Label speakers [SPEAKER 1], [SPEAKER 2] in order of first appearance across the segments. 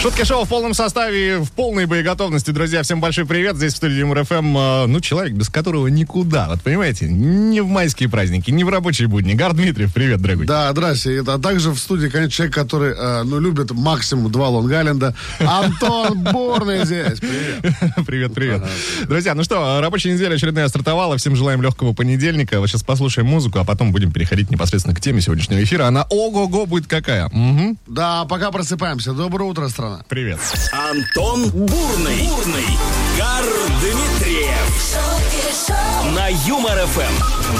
[SPEAKER 1] Шутки шоу в полном составе, в полной боеготовности. Друзья, всем большой привет. Здесь в студии МРФМ, э, ну, человек, без которого никуда. Вот понимаете, не в майские праздники, не в рабочие будни. Гар Дмитриев, привет, дорогой.
[SPEAKER 2] Да, здрасте. Это- А также в студии, конечно, человек, который, э, ну, любит максимум два Лонгаленда. Антон Бурный здесь. Привет.
[SPEAKER 1] Привет, привет. Друзья, ну что, рабочая неделя очередная стартовала. Всем желаем легкого понедельника. Вот сейчас послушаем музыку, а потом будем переходить непосредственно к теме сегодняшнего эфира. Она ого-го будет какая. Мгм.
[SPEAKER 2] Да, пока просыпаемся. Доброе утро, страна.
[SPEAKER 1] Привет.
[SPEAKER 3] Антон Бурный. Бурный. Гар Дмитриев. На Юмор ФМ.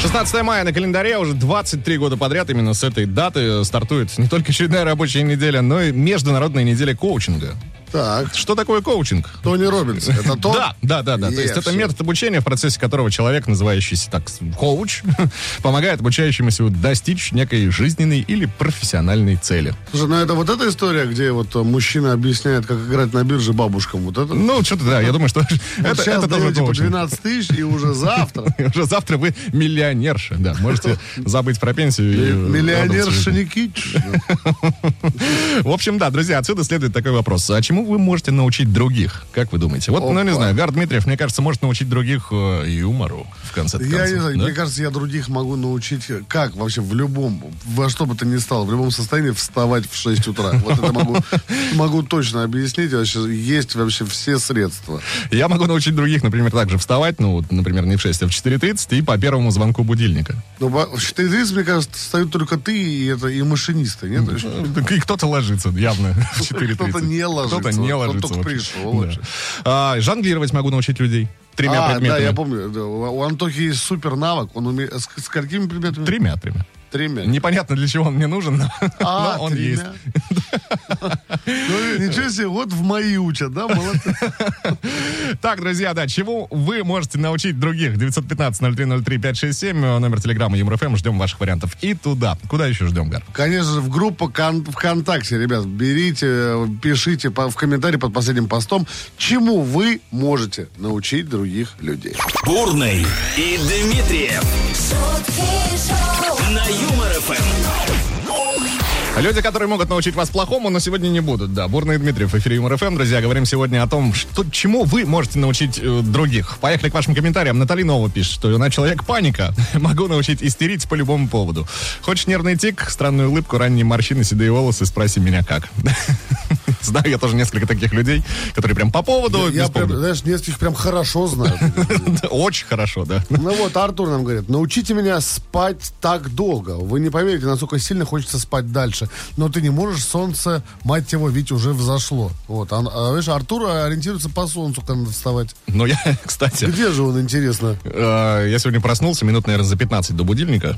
[SPEAKER 1] 16 мая на календаре а уже 23 года подряд именно с этой даты стартует не только очередная рабочая неделя, но и международная неделя коучинга.
[SPEAKER 2] Так,
[SPEAKER 1] Что такое коучинг?
[SPEAKER 2] Тони Робинс. Это тот?
[SPEAKER 1] Да, да, да, да. То
[SPEAKER 2] Е,
[SPEAKER 1] есть это
[SPEAKER 2] всё.
[SPEAKER 1] метод обучения, в процессе которого человек, называющийся так коуч, помогает обучающемуся достичь некой жизненной или профессиональной цели.
[SPEAKER 2] Слушай, ну это вот эта история, где вот э, мужчина объясняет, как играть на бирже бабушкам. Вот это.
[SPEAKER 1] Ну, что-то да, я думаю, что
[SPEAKER 2] Вот
[SPEAKER 1] это,
[SPEAKER 2] сейчас
[SPEAKER 1] это тоже
[SPEAKER 2] даете Ну, по
[SPEAKER 1] коучинг.
[SPEAKER 2] 12 тысяч, и уже завтра
[SPEAKER 1] И Уже завтра вы миллионерша, да. Можете забыть про пенсию. и
[SPEAKER 2] миллионер
[SPEAKER 1] радоваться жизни.
[SPEAKER 2] Шаникич.
[SPEAKER 1] В общем, да, друзья, отсюда следует такой вопрос. А чему вы можете научить других? Как вы думаете? Вот, ну, не
[SPEAKER 2] Опа.
[SPEAKER 1] знаю, Гар Дмитриев, мне кажется, может научить других э, юмору, в конце
[SPEAKER 2] Я не
[SPEAKER 1] концов,
[SPEAKER 2] знаю,
[SPEAKER 1] да?
[SPEAKER 2] мне кажется, я других могу научить, как вообще в любом, во что бы то ни стало, в любом состоянии вставать в 6 утра. Вот это могу, могу точно объяснить. Вообще, есть вообще все средства.
[SPEAKER 1] Я могу научить других, например, также вставать, ну, вот, например, не в 6, а в 4.30 и по первому звонку будильника.
[SPEAKER 2] Но во- в 4.30, мне кажется, встают только ты и, это, и машинисты, нет?
[SPEAKER 1] Э, так И кто-то ложится явно в 4.30.
[SPEAKER 2] Кто-то не ложится,
[SPEAKER 1] Кто-то не
[SPEAKER 2] вот
[SPEAKER 1] ложится.
[SPEAKER 2] только
[SPEAKER 1] вообще.
[SPEAKER 2] пришел
[SPEAKER 1] Да.
[SPEAKER 2] вообще.
[SPEAKER 1] А, жонглировать могу научить людей тремя
[SPEAKER 2] а, да,
[SPEAKER 1] предметами.
[SPEAKER 2] я помню. да, у у Антохи есть супер навык. Он умеет... С, с какими предметами?
[SPEAKER 1] Тремя, тремя.
[SPEAKER 2] Тремя.
[SPEAKER 1] Непонятно, для чего он мне нужен, но,
[SPEAKER 2] А,
[SPEAKER 1] но он
[SPEAKER 2] тремя.
[SPEAKER 1] есть.
[SPEAKER 2] Ну, ничего себе, вот в мои учат, да, молодцы.
[SPEAKER 1] Так, друзья, да, чему вы можете научить других? 915-0303-567, э, номер телеграмма ЮморФМ, ждем ваших вариантов. И туда. Куда еще ждем, Гар?
[SPEAKER 2] Конечно же, в группу Кон- ВКонтакте, ребят, берите, э, пишите по- в комментарии под последним постом, чему вы можете научить других людей.
[SPEAKER 3] Бурный и Дмитриев. На Юмор ФМ.
[SPEAKER 1] Люди, которые могут научить вас плохому, но сегодня не будут. Да, Бурный Дмитриев, в эфире ЮморФМ. Друзья, говорим сегодня о том, что, чему вы можете научить э, других. Поехали к вашим комментариям. Наталья Нова пишет, что она человек паника. Могу научить истерить по любому поводу. Хочешь нервный тик, странную улыбку, ранние морщины, седые волосы, спроси меня как. Знаю я тоже несколько таких людей, которые прям по поводу, без
[SPEAKER 2] Я прям,
[SPEAKER 1] повода.
[SPEAKER 2] знаешь, нескольких прям хорошо знаю.
[SPEAKER 1] Очень хорошо, да.
[SPEAKER 2] Ну вот, Артур нам говорит, научите меня спать так долго. Вы не поверите, насколько сильно хочется спать дальше. Но ты не можешь, солнце, мать его, ведь уже взошло. Вот, а, а, видишь, Артур ориентируется по солнцу, когда надо вставать.
[SPEAKER 1] Но я, кстати,
[SPEAKER 2] Где же он, интересно?
[SPEAKER 1] э, я сегодня проснулся минут, наверное, за 15 до будильника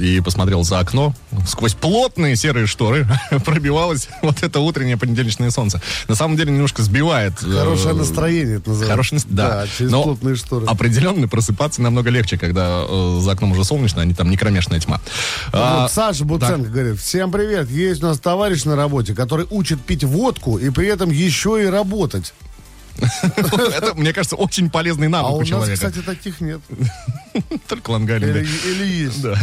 [SPEAKER 1] и посмотрел за окно. Сквозь плотные серые шторы пробивалось вот это утреннее понедельничное солнце. На самом деле немножко сбивает. э,
[SPEAKER 2] Хорошее настроение это называется.
[SPEAKER 1] Хорошее настроение, да.
[SPEAKER 2] через
[SPEAKER 1] Но
[SPEAKER 2] плотные шторы.
[SPEAKER 1] Определенно просыпаться намного легче, когда э, за окном уже солнечно, а не там не кромешная тьма. А,
[SPEAKER 2] Вот Ну, Саша Буценко говорит, всем привет, есть у нас товарищ на работе, который учит пить водку и при этом еще и работать.
[SPEAKER 1] это, мне кажется, очень полезный навык
[SPEAKER 2] А у
[SPEAKER 1] у
[SPEAKER 2] нас,
[SPEAKER 1] человека.
[SPEAKER 2] кстати, таких нет.
[SPEAKER 1] Только Лангалин, да.
[SPEAKER 2] Или, или есть.
[SPEAKER 1] Да.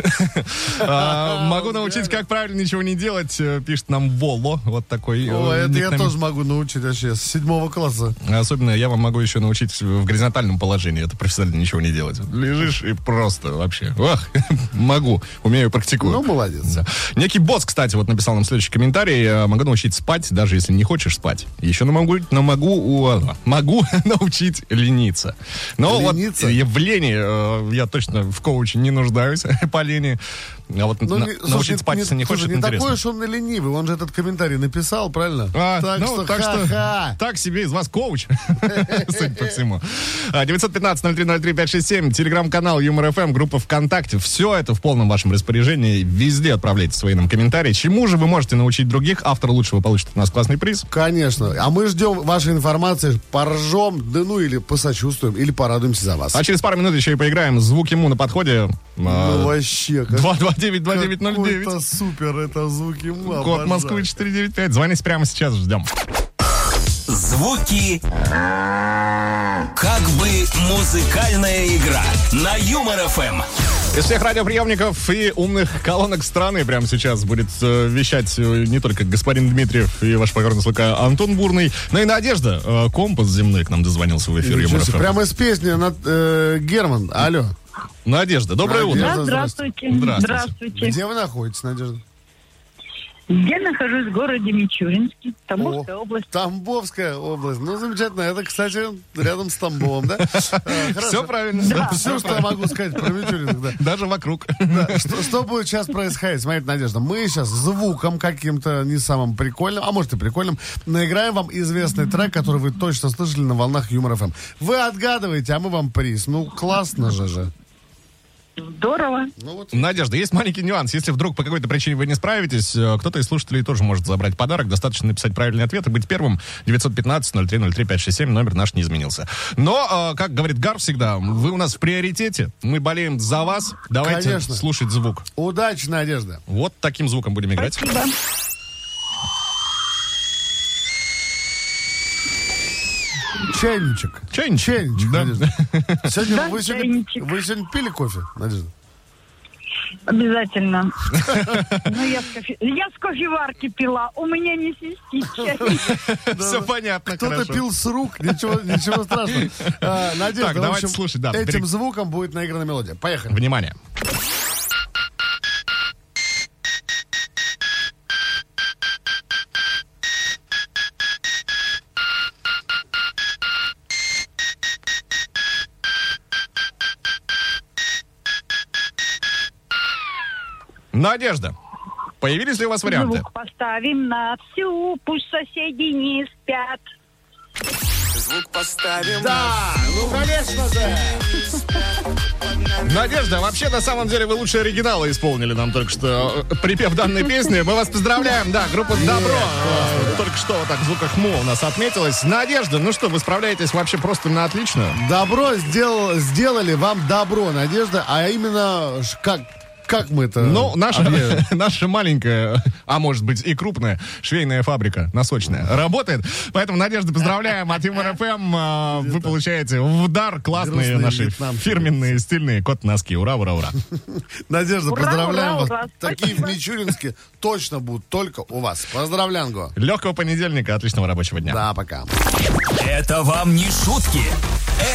[SPEAKER 1] А, Могу научить, как правильно ничего не делать, э, пишет нам Воло. Вот такой. э,
[SPEAKER 2] О, это я
[SPEAKER 1] никнейм.
[SPEAKER 2] тоже могу научить вообще с седьмого класса.
[SPEAKER 1] Особенно я вам могу еще научить в горизонтальном положении. Это профессионально ничего не делать. Лежишь и просто вообще. Ах, могу. Умею, практикую.
[SPEAKER 2] Ну, молодец.
[SPEAKER 1] Да. Некий босс, кстати, вот написал нам следующий комментарий. Э, Могу научить спать, даже если не хочешь спать. Еще но могу, но могу, у- а, могу научить лениться. Но
[SPEAKER 2] Лениться?
[SPEAKER 1] вот э, в лени э, я точно в коуче не нуждаюсь по лени. А вот
[SPEAKER 2] Ну,
[SPEAKER 1] на-
[SPEAKER 2] не- слушай,
[SPEAKER 1] научить спать,
[SPEAKER 2] не-
[SPEAKER 1] если не
[SPEAKER 2] слушай,
[SPEAKER 1] хочешь, это
[SPEAKER 2] не
[SPEAKER 1] интересно.
[SPEAKER 2] такой уж он и ленивый. Он же этот комментарий написал, правильно?
[SPEAKER 1] А,
[SPEAKER 2] так
[SPEAKER 1] ну,
[SPEAKER 2] что,
[SPEAKER 1] так
[SPEAKER 2] ха-ха.
[SPEAKER 1] так себе из вас коуч, судя по всему. А, 915-0303-567, телеграм-канал Юмор ФМ, группа ВКонтакте. Все это в полном вашем распоряжении. Везде отправляйте свои нам комментарии. Чему же вы можете научить других? Автор лучшего получит у нас классный приз.
[SPEAKER 2] Конечно. А мы ждем вашей информации, поржем, да ну или посочувствуем, или порадуемся за вас.
[SPEAKER 1] А через пару минут еще и поиграем. Звук ему на подходе.
[SPEAKER 2] Ну,
[SPEAKER 1] А,
[SPEAKER 2] вообще, как-
[SPEAKER 1] 229-2909.
[SPEAKER 2] какой-то супер, это звуки. ма,
[SPEAKER 1] Код Москвы
[SPEAKER 2] обожаю.
[SPEAKER 1] 495. Звоните прямо сейчас, ждем.
[SPEAKER 3] Звуки. Как бы музыкальная игра. На Юмор ФМ.
[SPEAKER 1] Из всех радиоприемников и умных колонок страны прямо сейчас будет э, вещать э, не только господин Дмитриев и ваш покорный слуга Антон Бурный, но и Надежда. Э, компас земной к нам дозвонился в эфир.
[SPEAKER 2] Ничего
[SPEAKER 1] Юмор
[SPEAKER 2] себе,
[SPEAKER 1] FM.
[SPEAKER 2] Прямо из песни на- э, Герман. Алло.
[SPEAKER 1] Надежда, доброе
[SPEAKER 2] Надежда.
[SPEAKER 1] утро.
[SPEAKER 2] Да,
[SPEAKER 4] Да,
[SPEAKER 2] здравствуйте.
[SPEAKER 4] здравствуйте.
[SPEAKER 1] Здравствуйте.
[SPEAKER 2] Где вы находитесь, Надежда?
[SPEAKER 4] Я нахожусь в городе Мичуринске, Тамбовская
[SPEAKER 2] О,
[SPEAKER 4] область.
[SPEAKER 2] Тамбовская область. Ну, замечательно. Это, кстати, рядом с Тамбовом, да? Э,
[SPEAKER 1] Все правильно.
[SPEAKER 2] Все, что я могу сказать про Мичуринск, да.
[SPEAKER 1] Даже вокруг.
[SPEAKER 2] Да, Что, что будет сейчас происходить? Смотрите, Надежда, мы сейчас звуком каким-то не самым прикольным, а может и прикольным, наиграем вам известный трек, который вы точно слышали на волнах Юмор ФМ. Вы отгадываете, а мы вам приз. Ну, классно же же.
[SPEAKER 4] Здорово.
[SPEAKER 2] Ну вот.
[SPEAKER 1] Надежда, есть маленький нюанс. Если вдруг по какой-то причине вы не справитесь, э, кто-то из слушателей тоже может забрать подарок. Достаточно написать правильный ответ и быть первым. 915-0303-567, номер наш не изменился. Но, э, как говорит Гар всегда, вы у нас в приоритете. Мы болеем за вас. Давайте
[SPEAKER 2] Конечно.
[SPEAKER 1] слушать звук.
[SPEAKER 2] Удачи, Надежда.
[SPEAKER 1] Вот таким звуком будем играть.
[SPEAKER 4] Спасибо.
[SPEAKER 2] Чайничек.
[SPEAKER 1] Чайничек.
[SPEAKER 2] Чайничек,
[SPEAKER 1] Да.
[SPEAKER 2] Надежда. Сегодня,
[SPEAKER 4] Да,
[SPEAKER 2] вы, сегодня,
[SPEAKER 4] чайничек.
[SPEAKER 2] вы сегодня пили кофе, Надежда?
[SPEAKER 4] Обязательно. Ну, я в кофе- я с кофеварки пила. У меня не сестичка.
[SPEAKER 1] Все понятно,
[SPEAKER 2] Кто-то
[SPEAKER 1] хорошо.
[SPEAKER 2] пил с рук, ничего, ничего страшного. А, Надежда,
[SPEAKER 1] Так,
[SPEAKER 2] в
[SPEAKER 1] давайте
[SPEAKER 2] общем,
[SPEAKER 1] слушать, да,
[SPEAKER 2] этим
[SPEAKER 1] перек-
[SPEAKER 2] звуком будет наиграна мелодия. Поехали.
[SPEAKER 1] Внимание. Надежда, появились ли у вас варианты?
[SPEAKER 4] Звук поставим на всю, пусть соседи не спят.
[SPEAKER 3] Звук поставим.
[SPEAKER 2] Да, ну конечно же.
[SPEAKER 1] Надежда, вообще на самом деле вы лучшие оригиналы исполнили нам только что э, припев данной песни. Мы вас поздравляем, да, группа Добро. э, Только что вот так в звуках Му у нас отметилась. Надежда, ну что, вы справляетесь вообще просто на отлично.
[SPEAKER 2] Добро сделал, сделали вам добро, Надежда, а именно ш- как, как мы это... А,
[SPEAKER 1] Ну, наша,
[SPEAKER 2] объявим?
[SPEAKER 1] наша маленькая, а может быть и крупная швейная фабрика, носочная, работает. Поэтому, Надежда, поздравляем от Юмор ФМ. э, Вы получаете в дар классные
[SPEAKER 2] Грустные
[SPEAKER 1] наши
[SPEAKER 2] вьетнамцы.
[SPEAKER 1] фирменные стильные кот-носки. Ура, ура, ура.
[SPEAKER 2] Надежда,
[SPEAKER 4] Ура,
[SPEAKER 2] поздравляем
[SPEAKER 4] ура,
[SPEAKER 2] вас.
[SPEAKER 4] ура,
[SPEAKER 2] Такие в
[SPEAKER 4] спасибо.
[SPEAKER 2] Мичуринске точно будут только у вас. Поздравлянго.
[SPEAKER 1] Легкого понедельника, отличного рабочего дня.
[SPEAKER 2] Да, пока.
[SPEAKER 3] Это вам не шутки.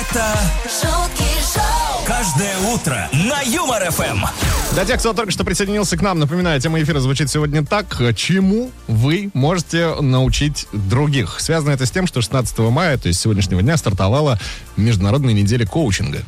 [SPEAKER 3] Это
[SPEAKER 5] шутки шоу,
[SPEAKER 3] каждое утро на Юмор ФМ.
[SPEAKER 1] Для тех, кто только что присоединился к нам, напоминаю, тема эфира звучит сегодня так. Чему вы можете научить других? Связано это с тем, что 16 мая, то есть сегодняшнего дня, стартовала Международная неделя коучинга.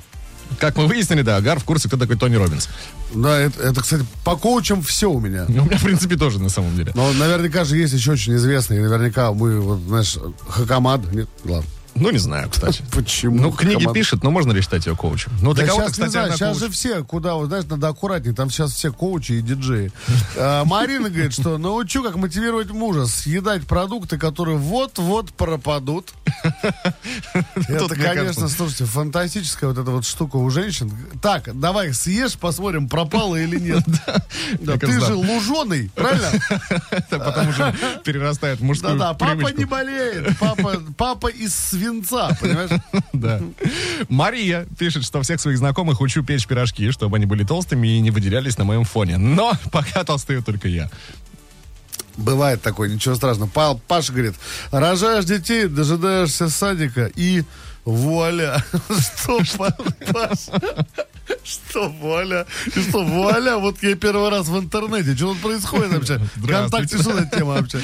[SPEAKER 1] Как мы выяснили, да, Агар в курсе, кто такой Тони Робинс.
[SPEAKER 2] Да, это, это, кстати, по коучам все у меня.
[SPEAKER 1] У меня, в принципе, тоже на самом деле.
[SPEAKER 2] Но наверняка же есть еще очень известные. Наверняка мы, вот, знаешь, Хакамад. Нет, ладно.
[SPEAKER 1] Ну, не знаю, кстати.
[SPEAKER 2] Почему?
[SPEAKER 1] Ну, книги
[SPEAKER 2] Хакамада?
[SPEAKER 1] пишет, но можно ли считать ее коучем? Ну, для
[SPEAKER 2] Да
[SPEAKER 1] кого-то,
[SPEAKER 2] щас не
[SPEAKER 1] кстати,
[SPEAKER 2] знаю,
[SPEAKER 1] она
[SPEAKER 2] щас
[SPEAKER 1] коуч.
[SPEAKER 2] же все, куда, вот, знаешь, надо аккуратнее, там сейчас все коучи и диджеи. А, Марина говорит, что научу, как мотивировать мужа съедать продукты, которые вот-вот пропадут. Это,
[SPEAKER 1] Тут, мне
[SPEAKER 2] конечно,
[SPEAKER 1] кажется.
[SPEAKER 2] слушайте, фантастическая вот эта вот штука у женщин. Так, давай их съешь, посмотрим, пропало или нет. Да,
[SPEAKER 1] мне
[SPEAKER 2] Ты
[SPEAKER 1] кажется,
[SPEAKER 2] же
[SPEAKER 1] да.
[SPEAKER 2] луженый, правильно?
[SPEAKER 1] Это потом уже перерастает в мужскую
[SPEAKER 2] Да-да, папа
[SPEAKER 1] привычку.
[SPEAKER 2] не болеет, папа, папа из свинца, понимаешь?
[SPEAKER 1] Да. Мария пишет, что всех своих знакомых учу печь пирожки, чтобы они были толстыми и не выделялись на моем фоне. Но пока толстые только я.
[SPEAKER 2] Бывает такое, ничего страшного. Пал, Паша говорит, рожаешь детей, дожидаешься садика и вуаля. Что, Па- Паша? Что вуаля? И что вуаля? Вот я первый раз в интернете. Что тут происходит вообще?
[SPEAKER 1] Здравствуйте.
[SPEAKER 2] Вконтакте что за тема вообще?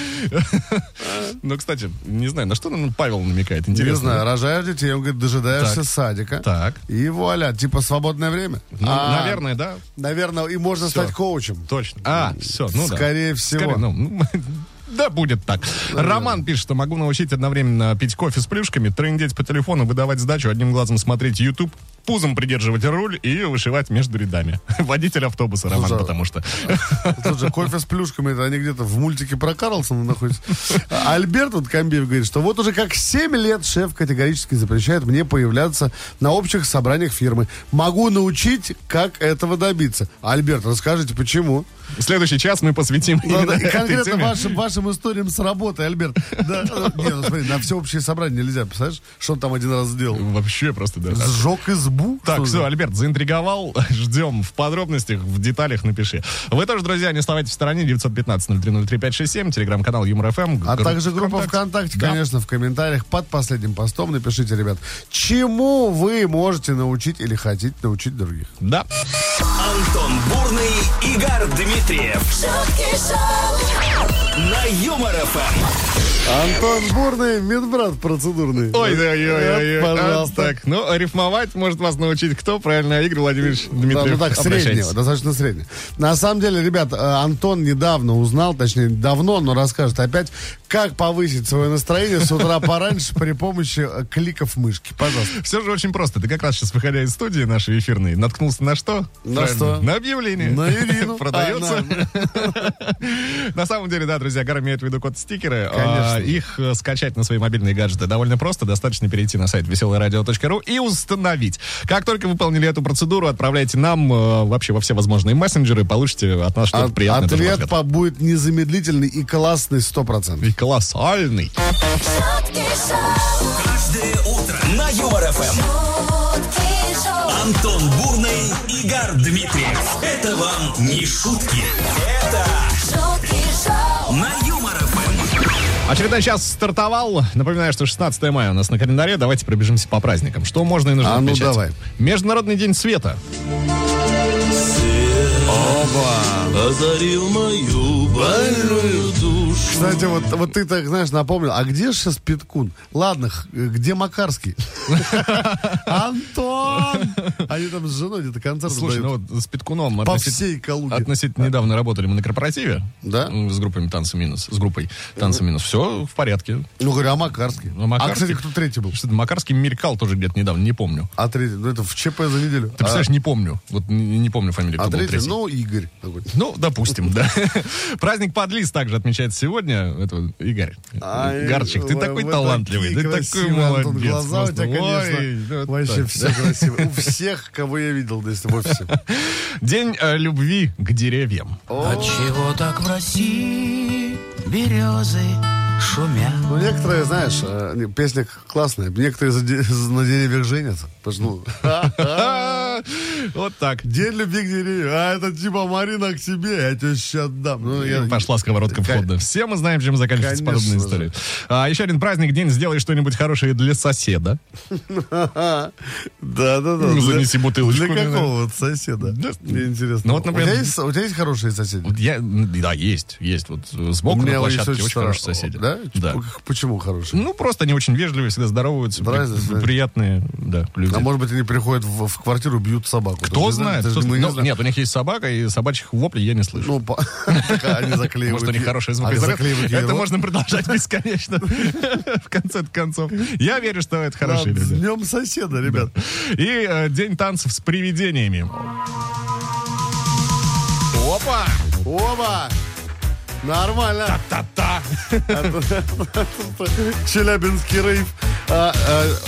[SPEAKER 1] Ну, кстати, не знаю, на что нам Павел намекает,
[SPEAKER 2] Не
[SPEAKER 1] интересно.
[SPEAKER 2] знаю, рожаешь детей, он говорит, дожидаешься
[SPEAKER 1] Так.
[SPEAKER 2] садика.
[SPEAKER 1] Так.
[SPEAKER 2] И вуаля, типа свободное время.
[SPEAKER 1] Ну,
[SPEAKER 2] А,
[SPEAKER 1] наверное, да,
[SPEAKER 2] Наверное, и можно стать коучем.
[SPEAKER 1] точно. А, все, ну да.
[SPEAKER 2] Скорее всего.
[SPEAKER 1] ну, ну, Да, будет так. Роман пишет, что могу научить одновременно пить кофе с плюшками, трындеть по телефону, выдавать сдачу, одним глазом смотреть YouTube, пузом придерживать руль и вышивать между рядами. Водитель автобуса, Роман,
[SPEAKER 2] Слушай,
[SPEAKER 1] потому что...
[SPEAKER 2] Тут же кофе с плюшками, это они где-то в мультике про Карлсона находятся. А Альберт вот Камбиев говорит, что вот уже как 7 лет шеф категорически запрещает мне появляться на общих собраниях фирмы. Могу научить, как этого добиться. Альберт, расскажите, почему?
[SPEAKER 1] Следующий час мы посвятим
[SPEAKER 2] Надо-
[SPEAKER 1] именно
[SPEAKER 2] и
[SPEAKER 1] этой
[SPEAKER 2] Ну, конкретно
[SPEAKER 1] теме.
[SPEAKER 2] вашим, вашим историям с работы, Альберт. Да, э, не, ну смотри, на всеобщие собрания нельзя, представляешь, что он там один раз сделал?
[SPEAKER 1] Вообще просто, да.
[SPEAKER 2] Сжег избу. трубу?
[SPEAKER 1] Так,
[SPEAKER 2] что
[SPEAKER 1] все,
[SPEAKER 2] ли?
[SPEAKER 1] Альберт, заинтриговал. Ждем в подробностях, в деталях напиши. Вы тоже, друзья, не оставайтесь в стороне. 915-0303-567, телеграм-канал Юмор ФМ.
[SPEAKER 2] А также группа ВКонтакте, конечно, в комментариях под последним постом напишите, ребят, чему вы можете научить или хотите научить других.
[SPEAKER 1] Да.
[SPEAKER 3] Антон Бурный, Игорь Дмитриев.
[SPEAKER 5] шутки шоу,
[SPEAKER 3] На Юмор ФМ.
[SPEAKER 2] Антон Бурный, медбрат процедурный.
[SPEAKER 1] Ой-ой-ой-ой.
[SPEAKER 2] Вот, пожалуйста.
[SPEAKER 1] Так, ну, рифмовать может вас научить кто? Правильно, Игорь Владимирович
[SPEAKER 2] Да,
[SPEAKER 1] Дмитриев.
[SPEAKER 2] ну так,
[SPEAKER 1] Обращайтесь.
[SPEAKER 2] среднего, достаточно среднего. На самом деле, ребят, э, Антон недавно узнал, точнее, давно, но расскажет опять, как повысить свое настроение с утра пораньше при помощи э, кликов мышки. Пожалуйста.
[SPEAKER 1] Все же очень просто. Ты как раз сейчас, выходя из студии нашей эфирной, наткнулся на что?
[SPEAKER 2] На что?
[SPEAKER 1] На объявление.
[SPEAKER 2] На Ирину.
[SPEAKER 1] Продается.
[SPEAKER 2] А, на-
[SPEAKER 1] На самом деле, да, друзья, Гар имеет в виду код-стикеры.
[SPEAKER 2] Конечно.
[SPEAKER 1] А, Их э, скачать на свои мобильные гаджеты довольно просто. Достаточно перейти на сайт веселорадио.ру и установить. Как только выполнили эту процедуру, отправляйте нам э, вообще во все возможные мессенджеры, получите от нас что-то
[SPEAKER 2] От-
[SPEAKER 1] приятное. тоже в
[SPEAKER 2] Ответ
[SPEAKER 1] ответ.
[SPEAKER 2] по- будет незамедлительный и классный 100%.
[SPEAKER 1] И колоссальный.
[SPEAKER 5] шутки шоу,
[SPEAKER 3] Каждое утро на Юмор ФМ.
[SPEAKER 5] шутки шоу,
[SPEAKER 3] Антон Бурный, Игорь Дмитриев. Это вам не шутки. Это
[SPEAKER 5] шутки шоу,
[SPEAKER 3] на Юмор ФМ.
[SPEAKER 1] Очередной час стартовал. Напоминаю, что 16 мая у нас на календаре. Давайте пробежимся по праздникам. Что можно и нужно
[SPEAKER 2] А ну
[SPEAKER 1] отмечать.
[SPEAKER 2] давай.
[SPEAKER 1] Международный день света.
[SPEAKER 6] Озарил мою больную душу.
[SPEAKER 2] Кстати, вот, вот ты так, знаешь, напомнил. А где же сейчас Питкун? Ладно, х- где Макарский? Антон! Они там с женой где-то концерт
[SPEAKER 1] Слушай,
[SPEAKER 2] дают.
[SPEAKER 1] ну вот с Питкуном
[SPEAKER 2] По
[SPEAKER 1] относит-
[SPEAKER 2] всей Калуге.
[SPEAKER 1] относительно недавно работали мы на корпоративе.
[SPEAKER 2] Да?
[SPEAKER 1] М, С группами Танцы Минус. С группой Танцы Минус. Все в порядке.
[SPEAKER 2] Ну, говорю, а Макарский?
[SPEAKER 1] Ну, Макарский-
[SPEAKER 2] А, кстати, кто третий был?
[SPEAKER 1] Что-то Макарский мелькал тоже где-то недавно, не помню.
[SPEAKER 2] А третий? Ну, это в ЧП за неделю.
[SPEAKER 1] Ты представляешь, не помню. Вот не, не помню фамилию,
[SPEAKER 2] А
[SPEAKER 1] кто был
[SPEAKER 2] третий?
[SPEAKER 1] третий.
[SPEAKER 2] Ну, Игорь. такой.
[SPEAKER 1] Ну, допустим, да. Праздник подлиз также отмечается сегодня. Это вот Игорь.
[SPEAKER 2] Ай,
[SPEAKER 1] Гарчик, ты
[SPEAKER 2] вы-
[SPEAKER 1] такой
[SPEAKER 2] вы
[SPEAKER 1] талантливый, ты такой
[SPEAKER 2] красивые, Антон,
[SPEAKER 1] молодец.
[SPEAKER 2] глаза у тебя,
[SPEAKER 1] Просто,
[SPEAKER 2] конечно,
[SPEAKER 1] ой, вот
[SPEAKER 2] вообще
[SPEAKER 1] так,
[SPEAKER 2] все красиво. У всех, кого я видел, да, если в офисе.
[SPEAKER 1] да. День э, любви к деревьям.
[SPEAKER 7] Отчего так в России березы шумят?
[SPEAKER 2] Ну, некоторые, знаешь, э, не, песня классная. Некоторые за де- на деревьях женятся. Потому что, ну,
[SPEAKER 1] Вот так.
[SPEAKER 2] День любви к деревьям. А это типа Марина к тебе, я тебе сейчас отдам. Ну,
[SPEAKER 1] И Пошла сковородка в
[SPEAKER 2] Ка-
[SPEAKER 1] ход, да. Все мы знаем, чем заканчиваются
[SPEAKER 2] Конечно
[SPEAKER 1] подобные
[SPEAKER 2] же.
[SPEAKER 1] истории. А, еще один праздник, день «Сделай что-нибудь хорошее для соседа».
[SPEAKER 2] Да, да, да.
[SPEAKER 1] Ну,
[SPEAKER 2] Для-
[SPEAKER 1] занеси бутылочку,
[SPEAKER 2] Для
[SPEAKER 1] не знаю.
[SPEAKER 2] какого вот соседа?
[SPEAKER 1] Да.
[SPEAKER 2] Мне интересно.
[SPEAKER 1] Ну, вот, например-
[SPEAKER 2] у, тебя есть, у тебя есть хорошие соседи?
[SPEAKER 1] Вот я, да, есть, есть. Вот э, сбоку на
[SPEAKER 2] вот
[SPEAKER 1] площадке
[SPEAKER 2] есть
[SPEAKER 1] очень
[SPEAKER 2] стара-
[SPEAKER 1] хорошие соседи.
[SPEAKER 2] Да? Типа
[SPEAKER 1] Да.
[SPEAKER 2] П- Почему хорошие?
[SPEAKER 1] Ну, просто они очень вежливые, всегда здороваются. при-
[SPEAKER 2] Здравствуйте, да.
[SPEAKER 1] приятные, да, люди.
[SPEAKER 2] А может быть, они приходят в, в квартиру, бьют собаку.
[SPEAKER 1] Кто
[SPEAKER 2] Ты же не
[SPEAKER 1] знает?
[SPEAKER 2] ты же
[SPEAKER 1] кто-
[SPEAKER 2] мы не
[SPEAKER 1] ну,
[SPEAKER 2] знаем.
[SPEAKER 1] Нет, у них есть собака, и собачьих воплей я не слышу.
[SPEAKER 2] Ну, а по- так они заклеивают.
[SPEAKER 1] Может, у них
[SPEAKER 2] ге-
[SPEAKER 1] хорошая
[SPEAKER 2] они
[SPEAKER 1] звукоизоляция.
[SPEAKER 2] заклеивают
[SPEAKER 1] Это
[SPEAKER 2] гель-рот.
[SPEAKER 1] можно продолжать бесконечно. В конце концов. Я верю, что это
[SPEAKER 2] Да,
[SPEAKER 1] хорошие
[SPEAKER 2] С
[SPEAKER 1] люди.
[SPEAKER 2] днем соседа, ребят.
[SPEAKER 1] И э, день танцев с привидениями. Опа!
[SPEAKER 2] Оба! Нормально.
[SPEAKER 1] Та-та!
[SPEAKER 2] Челябинский рейв. А,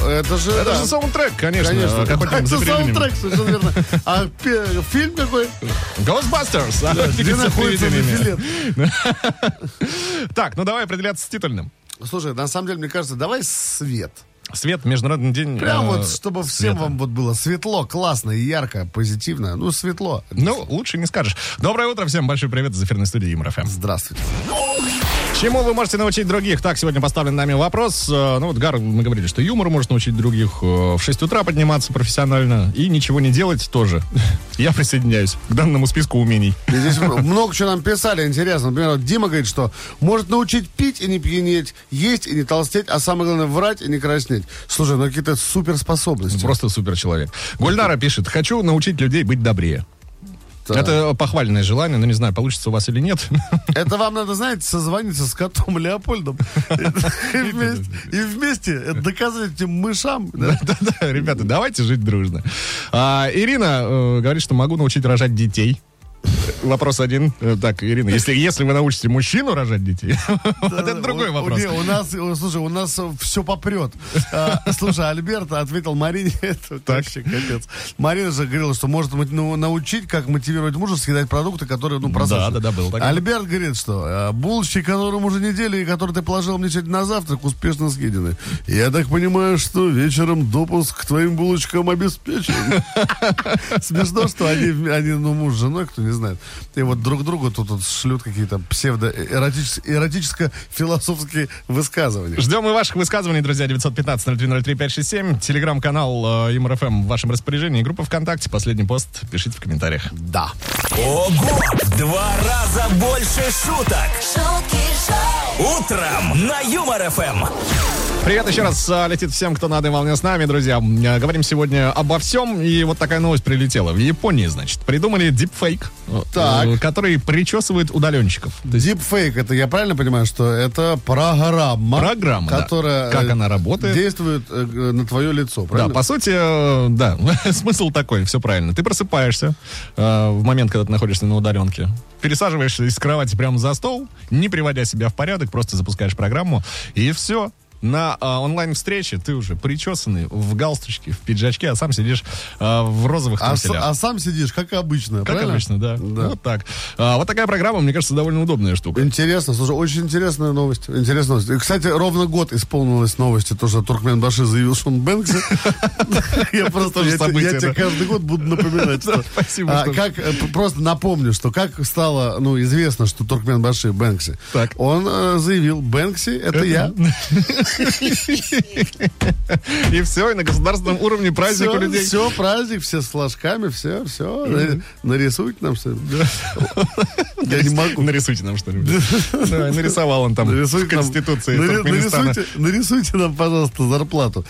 [SPEAKER 2] а, Это же...
[SPEAKER 1] Это
[SPEAKER 2] да.
[SPEAKER 1] же саундтрек, конечно.
[SPEAKER 2] Конечно.
[SPEAKER 1] Какой там за
[SPEAKER 2] Это
[SPEAKER 1] привидениями?
[SPEAKER 2] саундтрек, совершенно верно. А пе- фильм какой?
[SPEAKER 1] Ghostbusters! охотники
[SPEAKER 2] Где
[SPEAKER 1] за
[SPEAKER 2] находится этот
[SPEAKER 1] привидениями.
[SPEAKER 2] билет?
[SPEAKER 1] Так, ну давай определяться с титульным.
[SPEAKER 2] Слушай, на самом деле, мне кажется, давай свет.
[SPEAKER 1] Свет, международный день.
[SPEAKER 2] Прям
[SPEAKER 1] э,
[SPEAKER 2] вот, чтобы всем
[SPEAKER 1] света.
[SPEAKER 2] вам вот было светло, классно, ярко, позитивно. Ну, светло.
[SPEAKER 1] Ну, лучше не скажешь. Доброе утро, всем большой привет из эфирной студии Юмор ФМ.
[SPEAKER 2] Здравствуйте.
[SPEAKER 1] Чему вы можете научить других? Так, сегодня поставлен нами вопрос. Э, Ну вот, Гар, мы говорили, что юмор может научить других э, в 6 утра подниматься профессионально и ничего не делать тоже. Я присоединяюсь к данному списку умений.
[SPEAKER 2] И Здесь много чего нам писали, интересно. Например, вот Дима говорит, что может научить пить и не пьянеть, есть и не толстеть, а самое главное, врать и не краснеть. Слушай, ну какие-то суперспособности.
[SPEAKER 1] Просто супер человек. Гульнара пишет, хочу научить людей быть добрее.
[SPEAKER 2] Да.
[SPEAKER 1] Это похвальное желание, но не знаю, получится у вас или нет.
[SPEAKER 2] Это вам надо, знаете, созвониться с котом Леопольдом. И вместе- И вместе это доказать этим мышам. да.
[SPEAKER 1] Да-да, ребята, давайте жить дружно. А, Ирина э, говорит, что могу научить рожать детей. вопрос один. Э, Так, Ирина, если, если вы научите мужчину рожать детей, вот это другой
[SPEAKER 2] У-
[SPEAKER 1] вопрос.
[SPEAKER 2] Не, у нас, э, слушай, у нас все попрет. А, Слушай, Альберт ответил Марине, это вообще капец. Марина же говорила, что может мать- ну, научить, как мотивировать мужа съедать продукты, которые, ну, просушены.
[SPEAKER 1] да, да, было такое.
[SPEAKER 2] Альберт говорит, что э, булочки, которым уже неделя, и которые ты положил мне сегодня на завтрак, успешно съедены. Я так понимаю, что вечером допуск к твоим булочкам обеспечен. Смешно, что они, они, ну, муж с женой, кто не знает. И вот друг другу тут, вот шлют какие-то псевдо-эротическо-философские высказывания.
[SPEAKER 1] Ждем и ваших высказываний, друзья, 915-0303-567. Телеграм-канал э, МРФМ в вашем распоряжении. Группа ВКонтакте. Последний пост. Пишите в комментариях.
[SPEAKER 2] Да.
[SPEAKER 3] Ого! В Два раза больше шуток!
[SPEAKER 5] шутки шоу,
[SPEAKER 3] Утром на Юмор ФМ!
[SPEAKER 1] Привет еще раз э, летит всем, кто на одной волне с нами, друзья. Э, Говорим сегодня обо всем, и вот такая новость прилетела. В Японии, значит, придумали дипфейк, э,
[SPEAKER 2] Так.
[SPEAKER 1] э, который причесывает удаленщиков. То есть
[SPEAKER 2] Дипфейк, это я правильно понимаю, что это программа,
[SPEAKER 1] Программа, да.
[SPEAKER 2] А? которая
[SPEAKER 1] Как
[SPEAKER 2] э,
[SPEAKER 1] она работает?
[SPEAKER 2] действует э, э, на твое лицо,
[SPEAKER 1] Да,
[SPEAKER 2] правильно?
[SPEAKER 1] по сути, э, да, смысл такой, все правильно. Ты просыпаешься э, в момент, когда ты находишься на удаленке, пересаживаешься из кровати прямо за стол, не приводя себя в порядок, просто запускаешь программу, и все. На э, онлайн-встрече ты уже причесанный в галстучке, в пиджачке, а сам сидишь э, в розовых
[SPEAKER 2] а, с-
[SPEAKER 1] труселях.
[SPEAKER 2] а сам сидишь, как обычно,
[SPEAKER 1] Как
[SPEAKER 2] правильно?
[SPEAKER 1] обычно, да.
[SPEAKER 2] Да.
[SPEAKER 1] Вот так. А, вот такая программа, мне кажется, довольно удобная штука.
[SPEAKER 2] Интересно, слушай, очень интересная новость. Интересная новость. И, кстати, ровно год исполнилось новости, то, что Туркмен Баши заявил, что он Бэнкси. Я просто,
[SPEAKER 1] тоже
[SPEAKER 2] я те-
[SPEAKER 1] событие,
[SPEAKER 2] я тебе
[SPEAKER 1] да.
[SPEAKER 2] каждый год буду напоминать. что-
[SPEAKER 1] спасибо,
[SPEAKER 2] А,
[SPEAKER 1] что-
[SPEAKER 2] Как, э, п- просто напомню, что как стало, ну, известно, что Туркмен Баши Бэнкси.
[SPEAKER 1] Так.
[SPEAKER 2] Он э, заявил, Бэнкси, это я.
[SPEAKER 1] И все, и на государственном уровне праздник у людей.
[SPEAKER 2] Все, праздник, все с флажками, все, все. Нарисуйте нам что Я не могу.
[SPEAKER 1] Нарисуйте нам что-нибудь. Давай, Нарисовал он там в
[SPEAKER 2] Нарисуйте нам-
[SPEAKER 1] Конституции
[SPEAKER 2] нари-
[SPEAKER 1] Туркменистана.
[SPEAKER 2] нарисуйте, нарисуйте нам, пожалуйста, зарплату.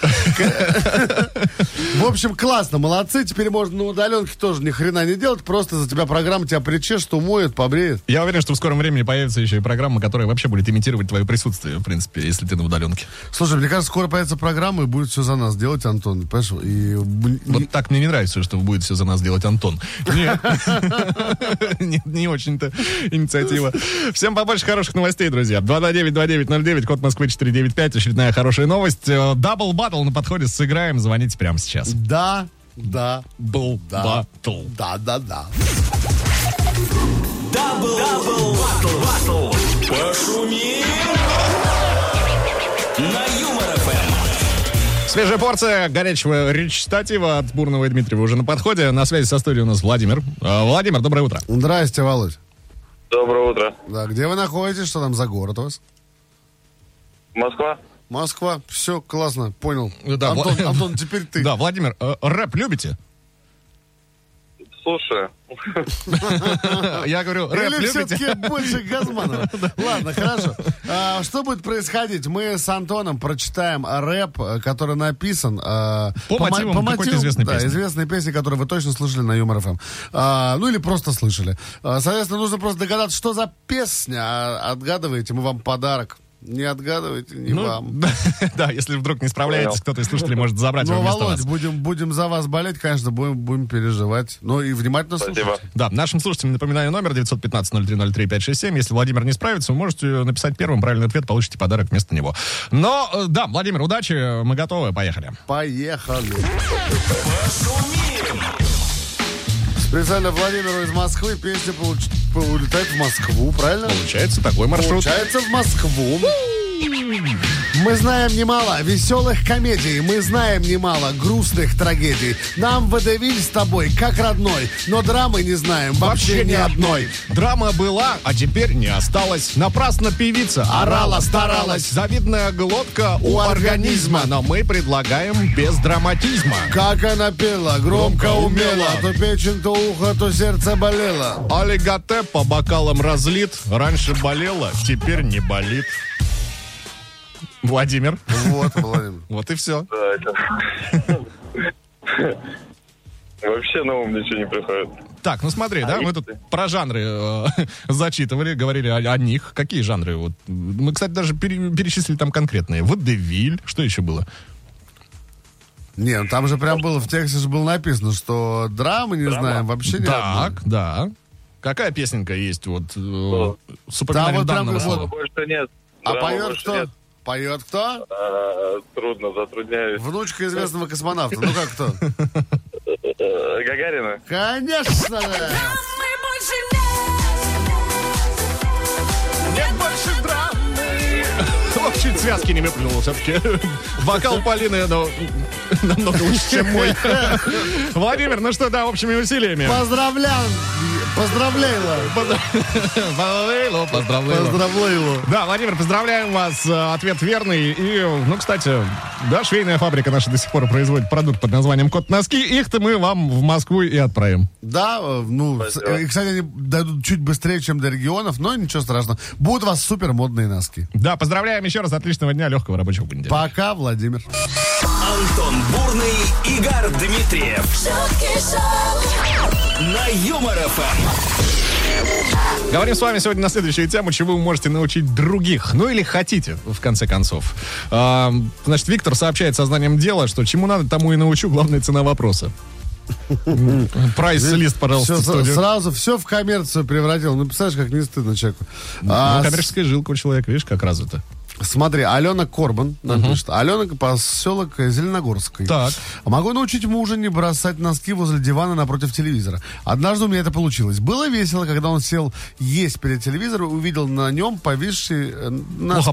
[SPEAKER 2] В общем, классно, молодцы. Теперь можно на удаленке тоже ни хрена не делать. Просто за тебя программа тебя причешет, умоет, побреет.
[SPEAKER 1] Я уверен, что в скором времени появится еще и программа, которая вообще будет имитировать твое присутствие, в принципе, если ты на удаленке.
[SPEAKER 2] Слушай, мне кажется, скоро появится программа и будет все за нас делать, Антон. Понимаешь? И... б-
[SPEAKER 1] Вот так мне не нравится, что будет все за нас делать Антон. Нет. Нет, не очень-то инициатива. Всем побольше хороших новостей, друзья. 229-2909, код Москвы 495. Очередная хорошая новость. Э, Дабл баттл на подходе. Сыграем. Звоните прямо сейчас.
[SPEAKER 2] Да, да,
[SPEAKER 1] Был баттл.
[SPEAKER 2] да, да, да.
[SPEAKER 3] Дабл, дабл, батл, батл. Пошумим! На Юмор ФМ!
[SPEAKER 1] Свежая порция горячего речитатива от Бурного и Дмитриева уже на подходе. На связи со студией у нас Владимир. Э, Владимир, доброе утро.
[SPEAKER 2] Здрасте, Володь.
[SPEAKER 8] Доброе утро.
[SPEAKER 2] Да, где вы находитесь? Что там за город у вас?
[SPEAKER 8] Москва?
[SPEAKER 2] Москва. Все, классно, понял.
[SPEAKER 1] Ну да,
[SPEAKER 2] Антон,
[SPEAKER 1] Вла-
[SPEAKER 2] Антон, теперь ты.
[SPEAKER 1] Да, Владимир, э, рэп любите?
[SPEAKER 8] Слушаю.
[SPEAKER 1] Я говорю, рэп
[SPEAKER 2] Или
[SPEAKER 1] любите?
[SPEAKER 2] все-таки больше Газманова? Ладно, хорошо. А, Что будет происходить? Мы с Антоном прочитаем рэп, э, который написан... По
[SPEAKER 1] По мотивам какой-то известной песни.
[SPEAKER 2] известной песни, которую вы точно слышали на Юмор ФМ. А, Ну или просто слышали. А, Соответственно, нужно просто догадаться, что за песня. А, Отгадываете, мы вам подарок. Не отгадывайте, не
[SPEAKER 1] Ну,
[SPEAKER 2] вам.
[SPEAKER 1] да, да, если вдруг не справляетесь,
[SPEAKER 8] Понял.
[SPEAKER 1] кто-то из слушателей может забрать его
[SPEAKER 2] Ну,
[SPEAKER 1] вместо
[SPEAKER 2] Володь,
[SPEAKER 1] вас.
[SPEAKER 2] будем, будем за вас болеть, конечно, будем, будем переживать. Ну и внимательно
[SPEAKER 8] Спасибо.
[SPEAKER 2] слушать.
[SPEAKER 1] Да, нашим слушателям напоминаю номер 915-0303-567. Если Владимир не справится, вы можете э, написать первым правильный ответ, получите подарок вместо него. Но, э, да, Владимир, удачи, э, мы готовы, поехали.
[SPEAKER 2] Поехали. Специально Владимиру из Москвы песня получ- улетает в Москву, правильно?
[SPEAKER 1] Получается такой маршрут.
[SPEAKER 2] Получается в Москву. Мы знаем немало веселых комедий, мы знаем немало грустных трагедий. Нам водевиль с тобой, как родной, но драмы не знаем вообще, ни одной.
[SPEAKER 1] Драма была, а теперь не осталась. Напрасно певица орала, старалась. Завидная глотка у
[SPEAKER 2] У
[SPEAKER 1] организма.
[SPEAKER 2] организма.
[SPEAKER 1] Но мы предлагаем без драматизма.
[SPEAKER 2] Как она пела, громко умела, то печень, то ухо, то сердце болело.
[SPEAKER 1] Олиготе по бокалам разлит. Раньше болела, теперь не болит. Владимир.
[SPEAKER 2] Вот, Владимир.
[SPEAKER 1] Вот и все.
[SPEAKER 8] Да, это- Вообще на ум ничего не приходит.
[SPEAKER 1] Так, ну смотри, да, мы тут про жанры э, зачитывали, говорили о, о них. Какие жанры? Вот, мы, кстати, даже пере- перечислили там конкретные. Водевиль, что еще было?
[SPEAKER 2] Не, ну там же прям было, в тексте же было написано, что драмы не знаем вообще ни одной.
[SPEAKER 1] так, да. Какая песенка есть вот э, с
[SPEAKER 2] Да,
[SPEAKER 1] упоминанием
[SPEAKER 2] вот прям
[SPEAKER 1] данного
[SPEAKER 2] вот.
[SPEAKER 1] слова?
[SPEAKER 8] Больше нет.
[SPEAKER 2] А
[SPEAKER 8] Драмы
[SPEAKER 2] поет
[SPEAKER 8] больше
[SPEAKER 2] кто?
[SPEAKER 8] нет.
[SPEAKER 2] Поет кто?
[SPEAKER 8] А, трудно, затрудняюсь.
[SPEAKER 2] Внучка известного космонавта. Ну как кто?
[SPEAKER 8] Э, Гагарина?
[SPEAKER 2] Конечно!
[SPEAKER 5] Мы больше нет. Нет больше драм.
[SPEAKER 1] Ну, чуть связки не выплюнул все-таки. Вокал Полины ну, намного лучше, чем мой. Владимир, ну что, да, общими усилиями.
[SPEAKER 2] Поздравляю! Поздравляю!
[SPEAKER 1] Поздравляю, поздравляю.
[SPEAKER 2] Поздравляю!
[SPEAKER 1] Да, Владимир, поздравляем вас. Э, Ответ верный. И, э, ну, кстати, да, швейная фабрика наша до сих пор производит продукт под названием «Кот носки». Их-то мы вам в Москву и отправим.
[SPEAKER 2] Да, э, ну, с- э, и, кстати, они дойдут чуть быстрее, чем до регионов, но ничего страшного. Будут у вас супер модные носки.
[SPEAKER 1] Да, поздравляем еще раз. Отличного дня, легкого рабочего понедельника.
[SPEAKER 2] Пока, Владимир.
[SPEAKER 3] Антон Бурный, Игорь Дмитриев
[SPEAKER 5] Шутки шоу.
[SPEAKER 3] на Юмор ФМ.
[SPEAKER 1] Говорим с вами сегодня на следующую тему, чего вы можете научить других. Ну или хотите, в конце концов. А, значит, Виктор сообщает со знанием дела, что чему надо, тому и научу. Главная цена вопроса. Прайс-лист, пожалуйста,
[SPEAKER 2] Всё
[SPEAKER 1] в
[SPEAKER 2] с-
[SPEAKER 1] студию.
[SPEAKER 2] сразу все в коммерцию превратил. Ну, представляешь, как не стыдно человеку. А,
[SPEAKER 1] Ну, коммерческая жилка у человека, видишь, как развита.
[SPEAKER 2] с- смотри, Алена Корбан нам пишет. Алена поселок Зеленогорский. А
[SPEAKER 1] Так.
[SPEAKER 2] Могу научить мужа не бросать носки возле дивана напротив телевизора. Однажды у меня это получилось. Было весело, когда он сел есть перед телевизором, увидел на нем повисшие э, носки.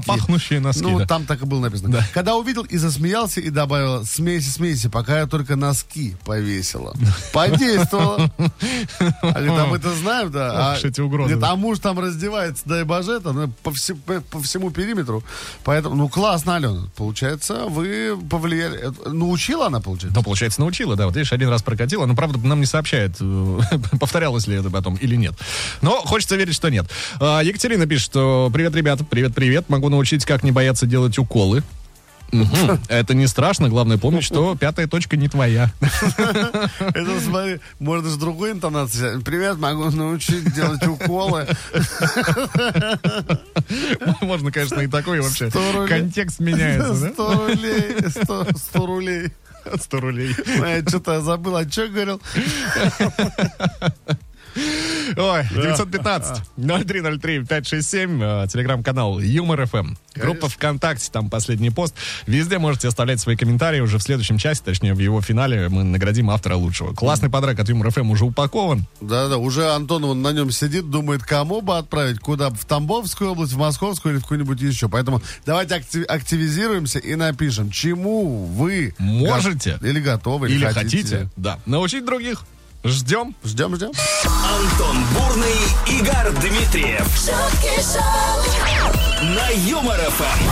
[SPEAKER 1] Плохо пахнущие носки,
[SPEAKER 2] Ну,
[SPEAKER 1] да.
[SPEAKER 2] там так и было написано. Когда увидел и засмеялся, и добавил, смейся, смейся, пока я только носки повесила. Подействовало. А говорит, а мы-то знаем, да.
[SPEAKER 1] Ох уж
[SPEAKER 2] А,
[SPEAKER 1] эти угрозы.
[SPEAKER 2] говорит, а муж там раздевается, дай боже, там, ну, по, всем- по- по всему периметру. Поэтому, ну, классно, Алена. Получается, вы повлияли. Это- Научила она, получается?
[SPEAKER 1] Да, Ну, получается, научила, да. Вот видишь, один раз прокатила, но, правда, нам не сообщает, э, повторялось ли это потом или нет. Но хочется верить, что нет. А, Екатерина пишет, что «Привет, ребята, привет-привет, могу научить, как не бояться делать уколы». Мгм. Это не страшно, главное помнить, что пятая точка не твоя.
[SPEAKER 2] Это, смотри, можно с другой интонацией. Привет, могу научить делать уколы.
[SPEAKER 1] Можно, конечно, и такой вообще.
[SPEAKER 2] Сто рублей.
[SPEAKER 1] Контекст меняется, да?
[SPEAKER 2] 100 рублей, 100 100 рулей.
[SPEAKER 1] Сто рулей.
[SPEAKER 2] Я что-то забыл, а что говорил?
[SPEAKER 1] Ой, 915-0303-567, э, телеграм-канал Юмор ФМ. Группа ВКонтакте, там последний пост. Везде можете оставлять свои комментарии. Уже в следующем часе, точнее в его финале, мы наградим автора лучшего. Классный подарок от Юмор ФМ уже упакован.
[SPEAKER 2] Да-да, уже Антон он на нем сидит, думает, кому бы отправить, куда, в Тамбовскую область, в Московскую или в какую-нибудь еще. Поэтому давайте акти- активизируемся и напишем, чему вы
[SPEAKER 1] Можете.
[SPEAKER 2] го- или готовы,
[SPEAKER 1] Или хотите. Да. Научить других. Ждем.
[SPEAKER 2] Ждем, ждем.
[SPEAKER 3] Антон Бурный, Игорь Дмитриев
[SPEAKER 5] Шутки шоу.
[SPEAKER 3] на Юмор ФМ.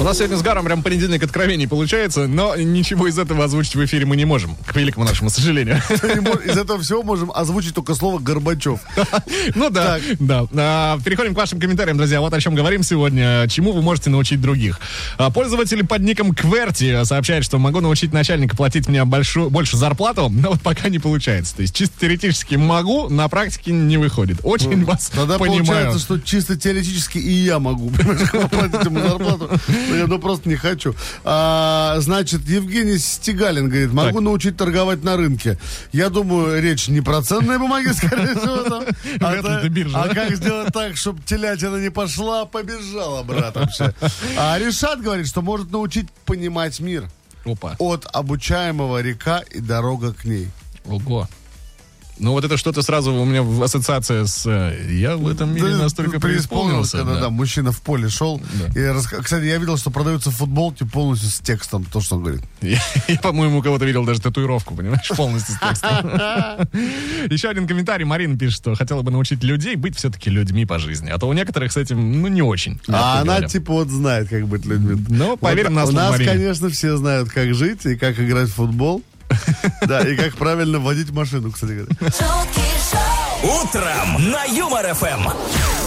[SPEAKER 1] У нас сегодня с Гаром прям понедельник откровений получается, но ничего из этого озвучить в эфире мы не можем, к великому нашему сожалению.
[SPEAKER 2] Не мо- Из этого всего можем озвучить только слово Горбачев.
[SPEAKER 1] Ну да, да. А, Переходим к вашим комментариям, друзья. Вот о чем говорим сегодня. Чему вы можете научить других? А, Пользователь под ником Кверти сообщает, что могу научить начальника платить мне большую, больше зарплату, но вот пока не получается. То есть чисто теоретически могу, на практике не выходит. Очень вас
[SPEAKER 2] Тогда
[SPEAKER 1] понимаю.
[SPEAKER 2] получается, что чисто теоретически и я могу понимаешь, платить ему зарплату. Но я ну, просто не хочу. А, значит, Евгений Стигалин говорит, могу
[SPEAKER 1] Так.
[SPEAKER 2] научить торговать на рынке. Я думаю, речь не про ценные бумаги, скорее всего. там. А,
[SPEAKER 1] Вряд ли
[SPEAKER 2] та-
[SPEAKER 1] это биржа,
[SPEAKER 2] а
[SPEAKER 1] да?
[SPEAKER 2] как сделать так, чтобы телятина не пошла, а побежала, брат, вообще. А Решат говорит, что может научить понимать мир.
[SPEAKER 1] Опа.
[SPEAKER 2] От обучаемого река и дорога к ней.
[SPEAKER 1] Ого. Ну вот это что-то сразу у меня в ассоциация с... э, Я в этом мире
[SPEAKER 2] Да,
[SPEAKER 1] настолько
[SPEAKER 2] преисполнилось,
[SPEAKER 1] преисполнился.
[SPEAKER 2] Когда, да.
[SPEAKER 1] да.
[SPEAKER 2] мужчина в поле шел.
[SPEAKER 1] Да.
[SPEAKER 2] И раска- Кстати, я видел, что продаются футболки полностью с текстом, то, что он говорит.
[SPEAKER 1] Я, я, по-моему, у кого-то видел даже татуировку, понимаешь, полностью с текстом. Еще один комментарий. Марина пишет, что хотела бы научить людей быть все-таки людьми по жизни. А то у некоторых с этим, ну, не очень. мягко
[SPEAKER 2] А она,
[SPEAKER 1] говоря.
[SPEAKER 2] типа, вот знает, как быть людьми.
[SPEAKER 1] Ну,
[SPEAKER 2] Вот
[SPEAKER 1] поверим на
[SPEAKER 2] У
[SPEAKER 1] слово
[SPEAKER 2] нас,
[SPEAKER 1] Марине.
[SPEAKER 2] конечно, все знают, как жить и как играть в футбол. Да, и как правильно водить машину, кстати говоря.
[SPEAKER 5] Шутки шоу.
[SPEAKER 3] Утром на Юмор ФМ.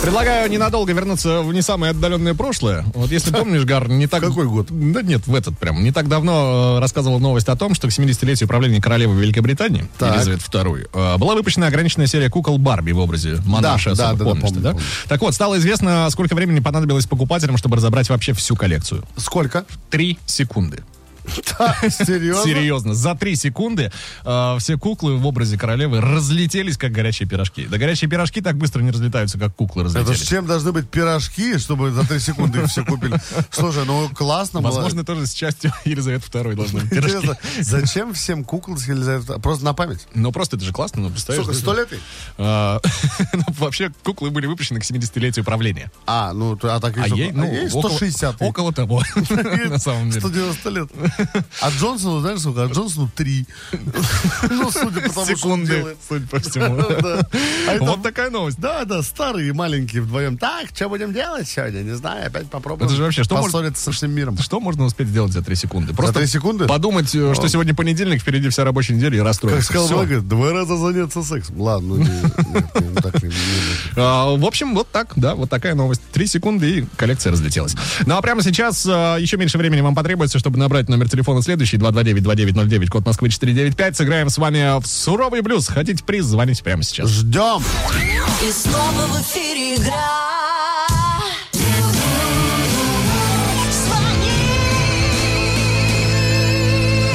[SPEAKER 1] Предлагаю ненадолго вернуться в не самое отдаленное прошлое. Вот если помнишь, Гар, не так...
[SPEAKER 2] Какой год?
[SPEAKER 1] Да нет, в этот прям. Не так давно э, рассказывала новость о том, что к 70-летию правления королевы Великобритании,
[SPEAKER 2] Так.
[SPEAKER 1] Елизавет II, э, была выпущена ограниченная серия кукол Барби в образе монаши.
[SPEAKER 2] Да, да,
[SPEAKER 1] особо.
[SPEAKER 2] да, да,
[SPEAKER 1] Помнишь ты,
[SPEAKER 2] помню,
[SPEAKER 1] да?
[SPEAKER 2] помню.
[SPEAKER 1] Так вот, стало известно, сколько времени понадобилось покупателям, чтобы разобрать вообще всю коллекцию.
[SPEAKER 2] Сколько?
[SPEAKER 1] Три секунды.
[SPEAKER 2] Серьезно?
[SPEAKER 1] Серьезно, за три секунды э, все куклы в образе королевы разлетелись, как горячие пирожки. Да горячие пирожки так быстро не разлетаются, как куклы
[SPEAKER 2] Это
[SPEAKER 1] разлетелись.
[SPEAKER 2] ж чем должны быть пирожки, чтобы за три секунды их все купили? Слушай, ну классно было.
[SPEAKER 1] Возможно, тоже с частью Елизаветы Второй должны быть пирожки.
[SPEAKER 2] Интересно, зачем всем кукол с Елизаветой? Просто на память.
[SPEAKER 1] Ну просто это же классно, ну представляешь.
[SPEAKER 2] Сколько, сто лет? ей?
[SPEAKER 1] А, ну, Вообще, куклы были выпущены к 70-летию правления.
[SPEAKER 2] А, ну, то- а так и
[SPEAKER 1] А
[SPEAKER 2] что?
[SPEAKER 1] ей, ну,
[SPEAKER 2] ей
[SPEAKER 1] около-
[SPEAKER 2] 160. ей.
[SPEAKER 1] Около того, на самом деле.
[SPEAKER 2] 190 лет. А Джонсону, знаешь, сколько? А Джонсону 3. Ну, судя по тому, что он
[SPEAKER 1] Секунды,
[SPEAKER 2] делает.
[SPEAKER 1] судя по всему.
[SPEAKER 2] Да. А это-
[SPEAKER 1] Вот такая новость.
[SPEAKER 2] Да, да, старые и маленькие вдвоем. Так, что будем делать сегодня? Не знаю, опять попробуем.
[SPEAKER 1] Это же вообще, что может-
[SPEAKER 2] Поссориться со всем миром.
[SPEAKER 1] Что можно успеть сделать за 3 секунды? Просто
[SPEAKER 2] три секунды?
[SPEAKER 1] подумать, э, что сегодня понедельник, впереди вся рабочая неделя и расстроиться.
[SPEAKER 2] Как сказал
[SPEAKER 1] Всё.
[SPEAKER 2] Влага, два раза заняться сексом. Ладно, ну, не- нет, не- ну, так не- не- не.
[SPEAKER 1] А, В общем, вот так, да, вот такая новость. Три секунды и коллекция разлетелась. Ну а прямо сейчас а, еще меньше времени вам потребуется, чтобы набрать номер телефона следующий 229-2909, код Москвы 495. Сыграем с вами в суровый блюз. Хотите приз, звоните прямо сейчас.
[SPEAKER 2] Ждем.
[SPEAKER 5] И снова в эфире игра. Звони.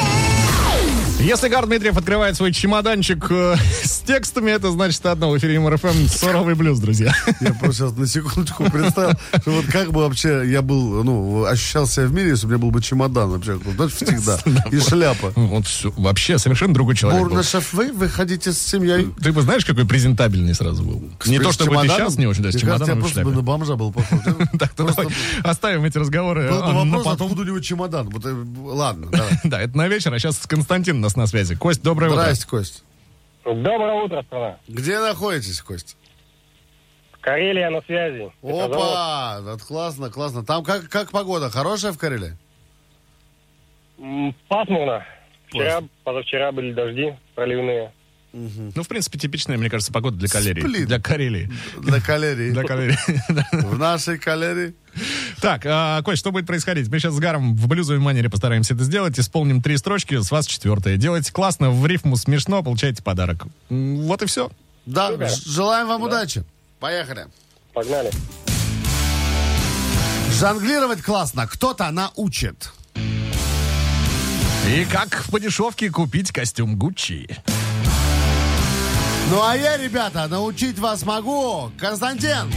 [SPEAKER 1] Если Гар Дмитриев открывает свой чемоданчик э, с текстами, это значит одно. В эфире МРФМ суровый блюз, друзья.
[SPEAKER 2] Я просто сейчас на секундочку представил, что вот как бы вообще я был, ну, ощущал себя в мире, если бы у меня был бы чемодан вообще, ну, знаешь, всегда. И шляпа.
[SPEAKER 1] Вот всё, вообще совершенно другой человек был.
[SPEAKER 2] Бурнышев, вы выходите с семьей.
[SPEAKER 1] Ты бы знаешь, какой презентабельный сразу был. Не то,
[SPEAKER 2] С
[SPEAKER 1] чтобы ты
[SPEAKER 2] чемоданом?
[SPEAKER 1] сейчас не очень, да, с
[SPEAKER 2] Мне кажется, я
[SPEAKER 1] чемоданом и в
[SPEAKER 2] просто бы на
[SPEAKER 1] шляпе.
[SPEAKER 2] бомжа был похож.
[SPEAKER 1] Так, ну
[SPEAKER 2] Просто
[SPEAKER 1] давай, оставим эти разговоры.
[SPEAKER 2] Был бы
[SPEAKER 1] а, на
[SPEAKER 2] вопрос,
[SPEAKER 1] потом.
[SPEAKER 2] откуда у него чемодан. Вот, э, Ладно, давай.
[SPEAKER 1] Да, это на вечер, а сейчас Константин у нас на связи. Кость, доброе
[SPEAKER 2] Здрасте, Кость.
[SPEAKER 9] Доброе утро, страна.
[SPEAKER 2] Где находитесь, Кость?
[SPEAKER 9] Карелия на связи. Это завод.
[SPEAKER 2] Опа! Вот классно, классно. Там как, как погода? Хорошая в Карелии?
[SPEAKER 9] М, Пасмурно. Вчера, позавчера были дожди проливные.
[SPEAKER 1] утро. Ну, в принципе, типичная, мне кажется, погода для Калерии.
[SPEAKER 2] Сплит.
[SPEAKER 1] Для Карелии.
[SPEAKER 2] Для калерии.
[SPEAKER 1] Для Калерии. Да.
[SPEAKER 2] В нашей калерии.
[SPEAKER 1] Так, а, Кость, что будет происходить? Мы сейчас с Гаром в блюзовой манере постараемся это сделать. Исполним три строчки, с вас четвертая. Делайте классно, в рифму смешно, получаете подарок. М, Вот и все.
[SPEAKER 2] Да, ж- желаем вам удачи. Поехали.
[SPEAKER 9] Погнали.
[SPEAKER 2] Жонглировать классно. Кто-то научит.
[SPEAKER 1] И как по дешевке купить костюм Гуччи?
[SPEAKER 2] Ну а я, ребята, научить вас могу. Константин.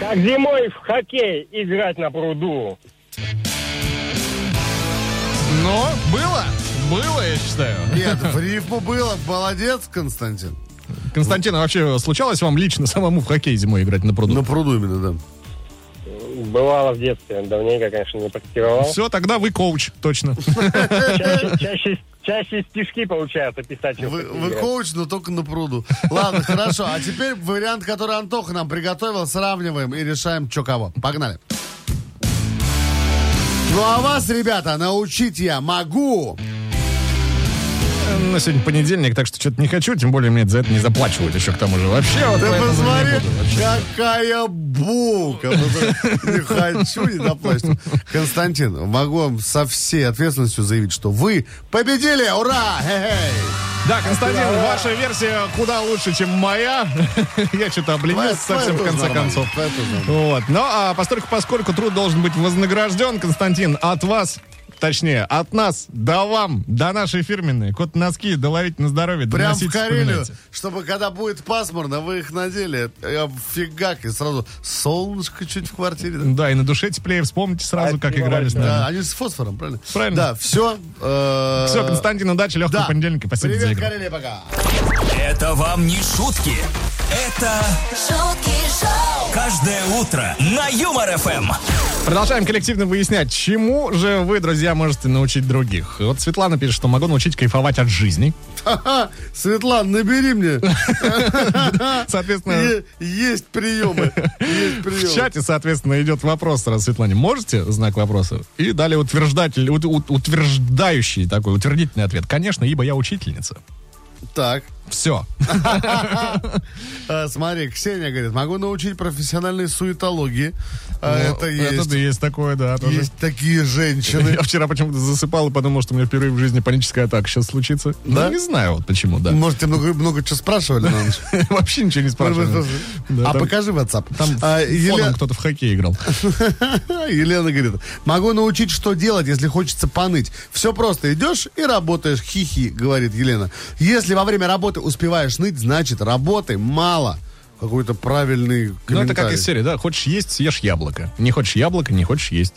[SPEAKER 9] Как зимой в хоккей играть на пруду.
[SPEAKER 1] Но было, было, я считаю.
[SPEAKER 2] Нет, в рифму было. Молодец, Константин.
[SPEAKER 1] Константин, а вообще случалось вам лично самому в хоккей зимой играть на пруду?
[SPEAKER 2] На пруду именно, да.
[SPEAKER 9] Бывало в детстве. Давненько, конечно, не практиковал.
[SPEAKER 1] Все, тогда вы коуч, точно.
[SPEAKER 9] Чаще, чаще- чаще стишки, получается, писать. чем в
[SPEAKER 2] Вы,
[SPEAKER 9] хоккей
[SPEAKER 2] вы
[SPEAKER 9] играть.
[SPEAKER 2] коуч, но только на пруду. Ладно, хорошо. А теперь вариант, который Антоха нам приготовил, сравниваем и решаем, что кого. Погнали. Ну а вас, ребята, научить я могу.
[SPEAKER 1] Ну, сегодня понедельник, так что что-то не хочу, тем более мне за это не заплачивают еще к тому же. Вообще, вот
[SPEAKER 2] Ты
[SPEAKER 1] поэтому не
[SPEAKER 2] посмотри,
[SPEAKER 1] буду вообще.
[SPEAKER 2] какая булка. Не хочу, не доплачу. Константин, могу вам со всей ответственностью заявить, что вы победили! Ура! Хе-хей!
[SPEAKER 1] Да, Константин, ваша версия куда лучше, чем моя. Я что-то обленился Ну,
[SPEAKER 2] Твоя-
[SPEAKER 1] совсем в
[SPEAKER 2] твоя
[SPEAKER 1] конце
[SPEAKER 2] тоже
[SPEAKER 1] концов.
[SPEAKER 2] нормально, твоя тоже нормально.
[SPEAKER 1] Вот. Ну, а постольку, поскольку труд должен быть вознагражден, Константин, от вас Точнее, от нас до вам, до нашей фирменной. Кот носки, доловите на здоровье,
[SPEAKER 2] Прям в
[SPEAKER 1] доносите,
[SPEAKER 2] Карелию,
[SPEAKER 1] вспоминайте.
[SPEAKER 2] чтобы когда будет пасмурно, вы их надели. Я фигак, и сразу солнышко чуть в квартире. да?
[SPEAKER 1] Да, и на душе теплее вспомните сразу, как играли с нами.
[SPEAKER 2] Да, они с фосфором, правильно?
[SPEAKER 1] Правильно.
[SPEAKER 2] Да, все.
[SPEAKER 1] Все, Константин, удачи, легкого
[SPEAKER 2] да.
[SPEAKER 1] понедельника. Спасибо за
[SPEAKER 2] Привет,
[SPEAKER 1] игру.
[SPEAKER 2] Карелия, пока.
[SPEAKER 3] Это вам не шутки. Это
[SPEAKER 5] Шутки шоу.
[SPEAKER 3] каждое утро на Юмор ФМ.
[SPEAKER 1] Продолжаем коллективно выяснять, чему же вы, друзья, можете научить других. Вот Светлана пишет, что могу научить кайфовать от жизни.
[SPEAKER 2] Ха-ха, Светлана, набери мне.
[SPEAKER 1] Соответственно,
[SPEAKER 2] Е- Есть приемы. Есть приемы.
[SPEAKER 1] в чате, соответственно, идет вопрос раз Светлане. Можете? Знак вопроса. И далее утверждатель, ут- ут- утверждающий такой, утвердительный ответ. Конечно, ибо я учительница.
[SPEAKER 2] Так.
[SPEAKER 1] Все.
[SPEAKER 2] А Э, Смотри, Ксения говорит, могу научить профессиональной суетологии. А
[SPEAKER 1] Ну, Это
[SPEAKER 2] Это есть.
[SPEAKER 1] да, есть такое, да. тоже.
[SPEAKER 2] Есть такие женщины.
[SPEAKER 1] Я вчера почему-то засыпал и подумал, что у меня впервые в жизни паническая атака сейчас случится.
[SPEAKER 2] Да?
[SPEAKER 1] Ну, не знаю вот почему, да.
[SPEAKER 2] Может, тебя много, много чего спрашивали на ночь?
[SPEAKER 1] Вообще ничего не спрашиваю. Да,
[SPEAKER 2] А
[SPEAKER 1] там-
[SPEAKER 2] покажи WhatsApp.
[SPEAKER 1] Там
[SPEAKER 2] А,
[SPEAKER 1] фоном
[SPEAKER 2] Еле-
[SPEAKER 1] кто-то в хоккей играл.
[SPEAKER 2] Елена говорит, могу научить, что делать, если хочется поныть. Все просто, идешь и работаешь, хихи, говорит Елена. Если во время работы успеваешь ныть, значит работы мало. Какой-то правильный
[SPEAKER 1] Ну, это как
[SPEAKER 2] комментарий.
[SPEAKER 1] из серии, да? Хочешь есть, съешь яблоко. Не хочешь яблоко, не хочешь есть.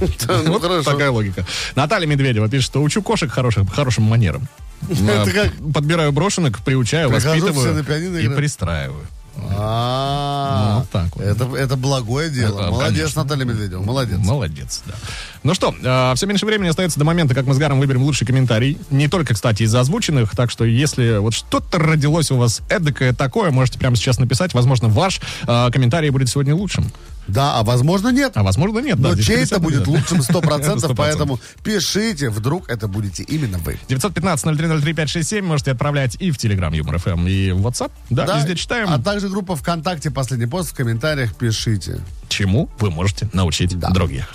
[SPEAKER 2] Да, ну,
[SPEAKER 1] Вот
[SPEAKER 2] хорошо.
[SPEAKER 1] такая логика. Наталья Медведева пишет, что учу кошек хорошим, хорошим манерам.
[SPEAKER 2] Это
[SPEAKER 1] Э,
[SPEAKER 2] как?
[SPEAKER 1] Подбираю брошенок, приучаю,
[SPEAKER 2] Прихожу, все
[SPEAKER 1] воспитываю
[SPEAKER 2] на пианино
[SPEAKER 1] и
[SPEAKER 2] играют.
[SPEAKER 1] пристраиваю.
[SPEAKER 2] А,
[SPEAKER 1] Ну, вот так вот.
[SPEAKER 2] Это, это благое дело.
[SPEAKER 1] Это,
[SPEAKER 2] молодец,
[SPEAKER 1] конечно.
[SPEAKER 2] Наталья Медведева, молодец.
[SPEAKER 1] Молодец, да. Ну что, все меньше времени остается до момента, как мы с Гаром выберем лучший комментарий. Не только, кстати, из озвученных, так что если вот что-то родилось у вас эдакое такое, можете прямо сейчас написать. Возможно, ваш э, комментарий будет сегодня лучшим.
[SPEAKER 2] Да, а возможно нет.
[SPEAKER 1] А возможно, нет. да,
[SPEAKER 2] Но чей-то
[SPEAKER 1] действительно,
[SPEAKER 2] будет
[SPEAKER 1] да.
[SPEAKER 2] лучшим 100%,
[SPEAKER 1] Сто
[SPEAKER 2] поэтому пишите, вдруг это будете именно вы.
[SPEAKER 1] 915-0303-567 можете отправлять и в Телеграм Юмор ФМ, и в WhatsApp. Да, везде читаем,
[SPEAKER 2] А также группа ВКонтакте, последний пост, в комментариях пишите.
[SPEAKER 1] чему вы можете научить
[SPEAKER 2] Да.
[SPEAKER 1] других.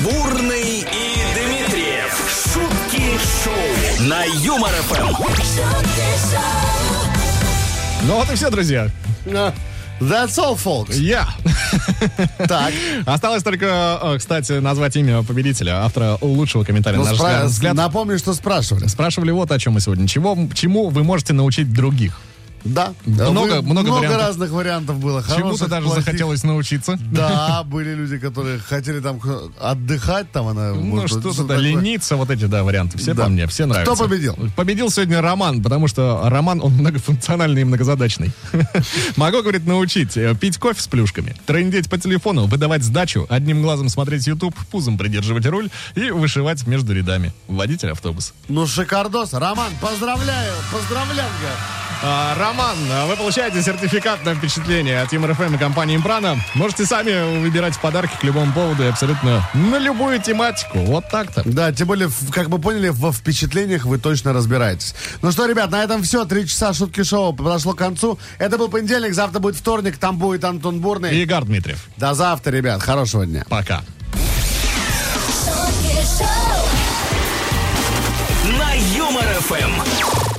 [SPEAKER 3] Бурный и Дмитриев. Шутки шоу. На Юмор ФМ.
[SPEAKER 1] Ну вот и все, друзья.
[SPEAKER 2] That's all, folks.
[SPEAKER 1] Я.
[SPEAKER 2] Так,
[SPEAKER 1] Осталось только, э, кстати, назвать имя победителя, автора лучшего комментария,
[SPEAKER 2] ну,
[SPEAKER 1] на наш
[SPEAKER 2] спра-
[SPEAKER 1] взгляд.
[SPEAKER 2] напомню, что спрашивали.
[SPEAKER 1] Спрашивали вот о чем мы сегодня. Чего, чему вы можете научить других?
[SPEAKER 2] Да.
[SPEAKER 1] Много-
[SPEAKER 2] Вы-
[SPEAKER 1] много вариантов.
[SPEAKER 2] разных вариантов было.
[SPEAKER 1] Чему-то
[SPEAKER 2] хороших,
[SPEAKER 1] даже
[SPEAKER 2] плохих.
[SPEAKER 1] захотелось научиться.
[SPEAKER 2] Да, были люди, которые хотели там х- отдыхать, там она...
[SPEAKER 1] Ну,
[SPEAKER 2] может,
[SPEAKER 1] что-то да,
[SPEAKER 2] такое.
[SPEAKER 1] лениться, вот эти, да, варианты. Все
[SPEAKER 2] Да.
[SPEAKER 1] по мне, все нравятся.
[SPEAKER 2] Кто победил?
[SPEAKER 1] Победил сегодня Роман, потому что Роман, он многофункциональный и многозадачный. Могу, говорит, научить э, пить кофе с плюшками, трындеть по телефону, выдавать сдачу, одним глазом смотреть YouTube, пузом придерживать руль и вышивать между рядами. Водитель автобуса.
[SPEAKER 2] Ну, шикардос. Роман, поздравляю, поздравлянка.
[SPEAKER 1] А, Роман, а вы получаете сертификат на впечатление от ЮМРФМ и компании «Импрана». Можете сами выбирать подарки к любому поводу и абсолютно на любую тематику. Вот так-то.
[SPEAKER 2] Да, тем более, в- как мы поняли, во впечатлениях вы точно разбираетесь. Ну что, ребят, на этом все. Три часа шутки шоу подошло к концу. Это был понедельник, завтра будет вторник, там будет Антон Бурный.
[SPEAKER 1] Игорь Дмитриев,
[SPEAKER 2] До завтра, ребят. Хорошего дня.
[SPEAKER 1] пока.
[SPEAKER 5] шутки шоу.
[SPEAKER 3] На Юмор ФМ.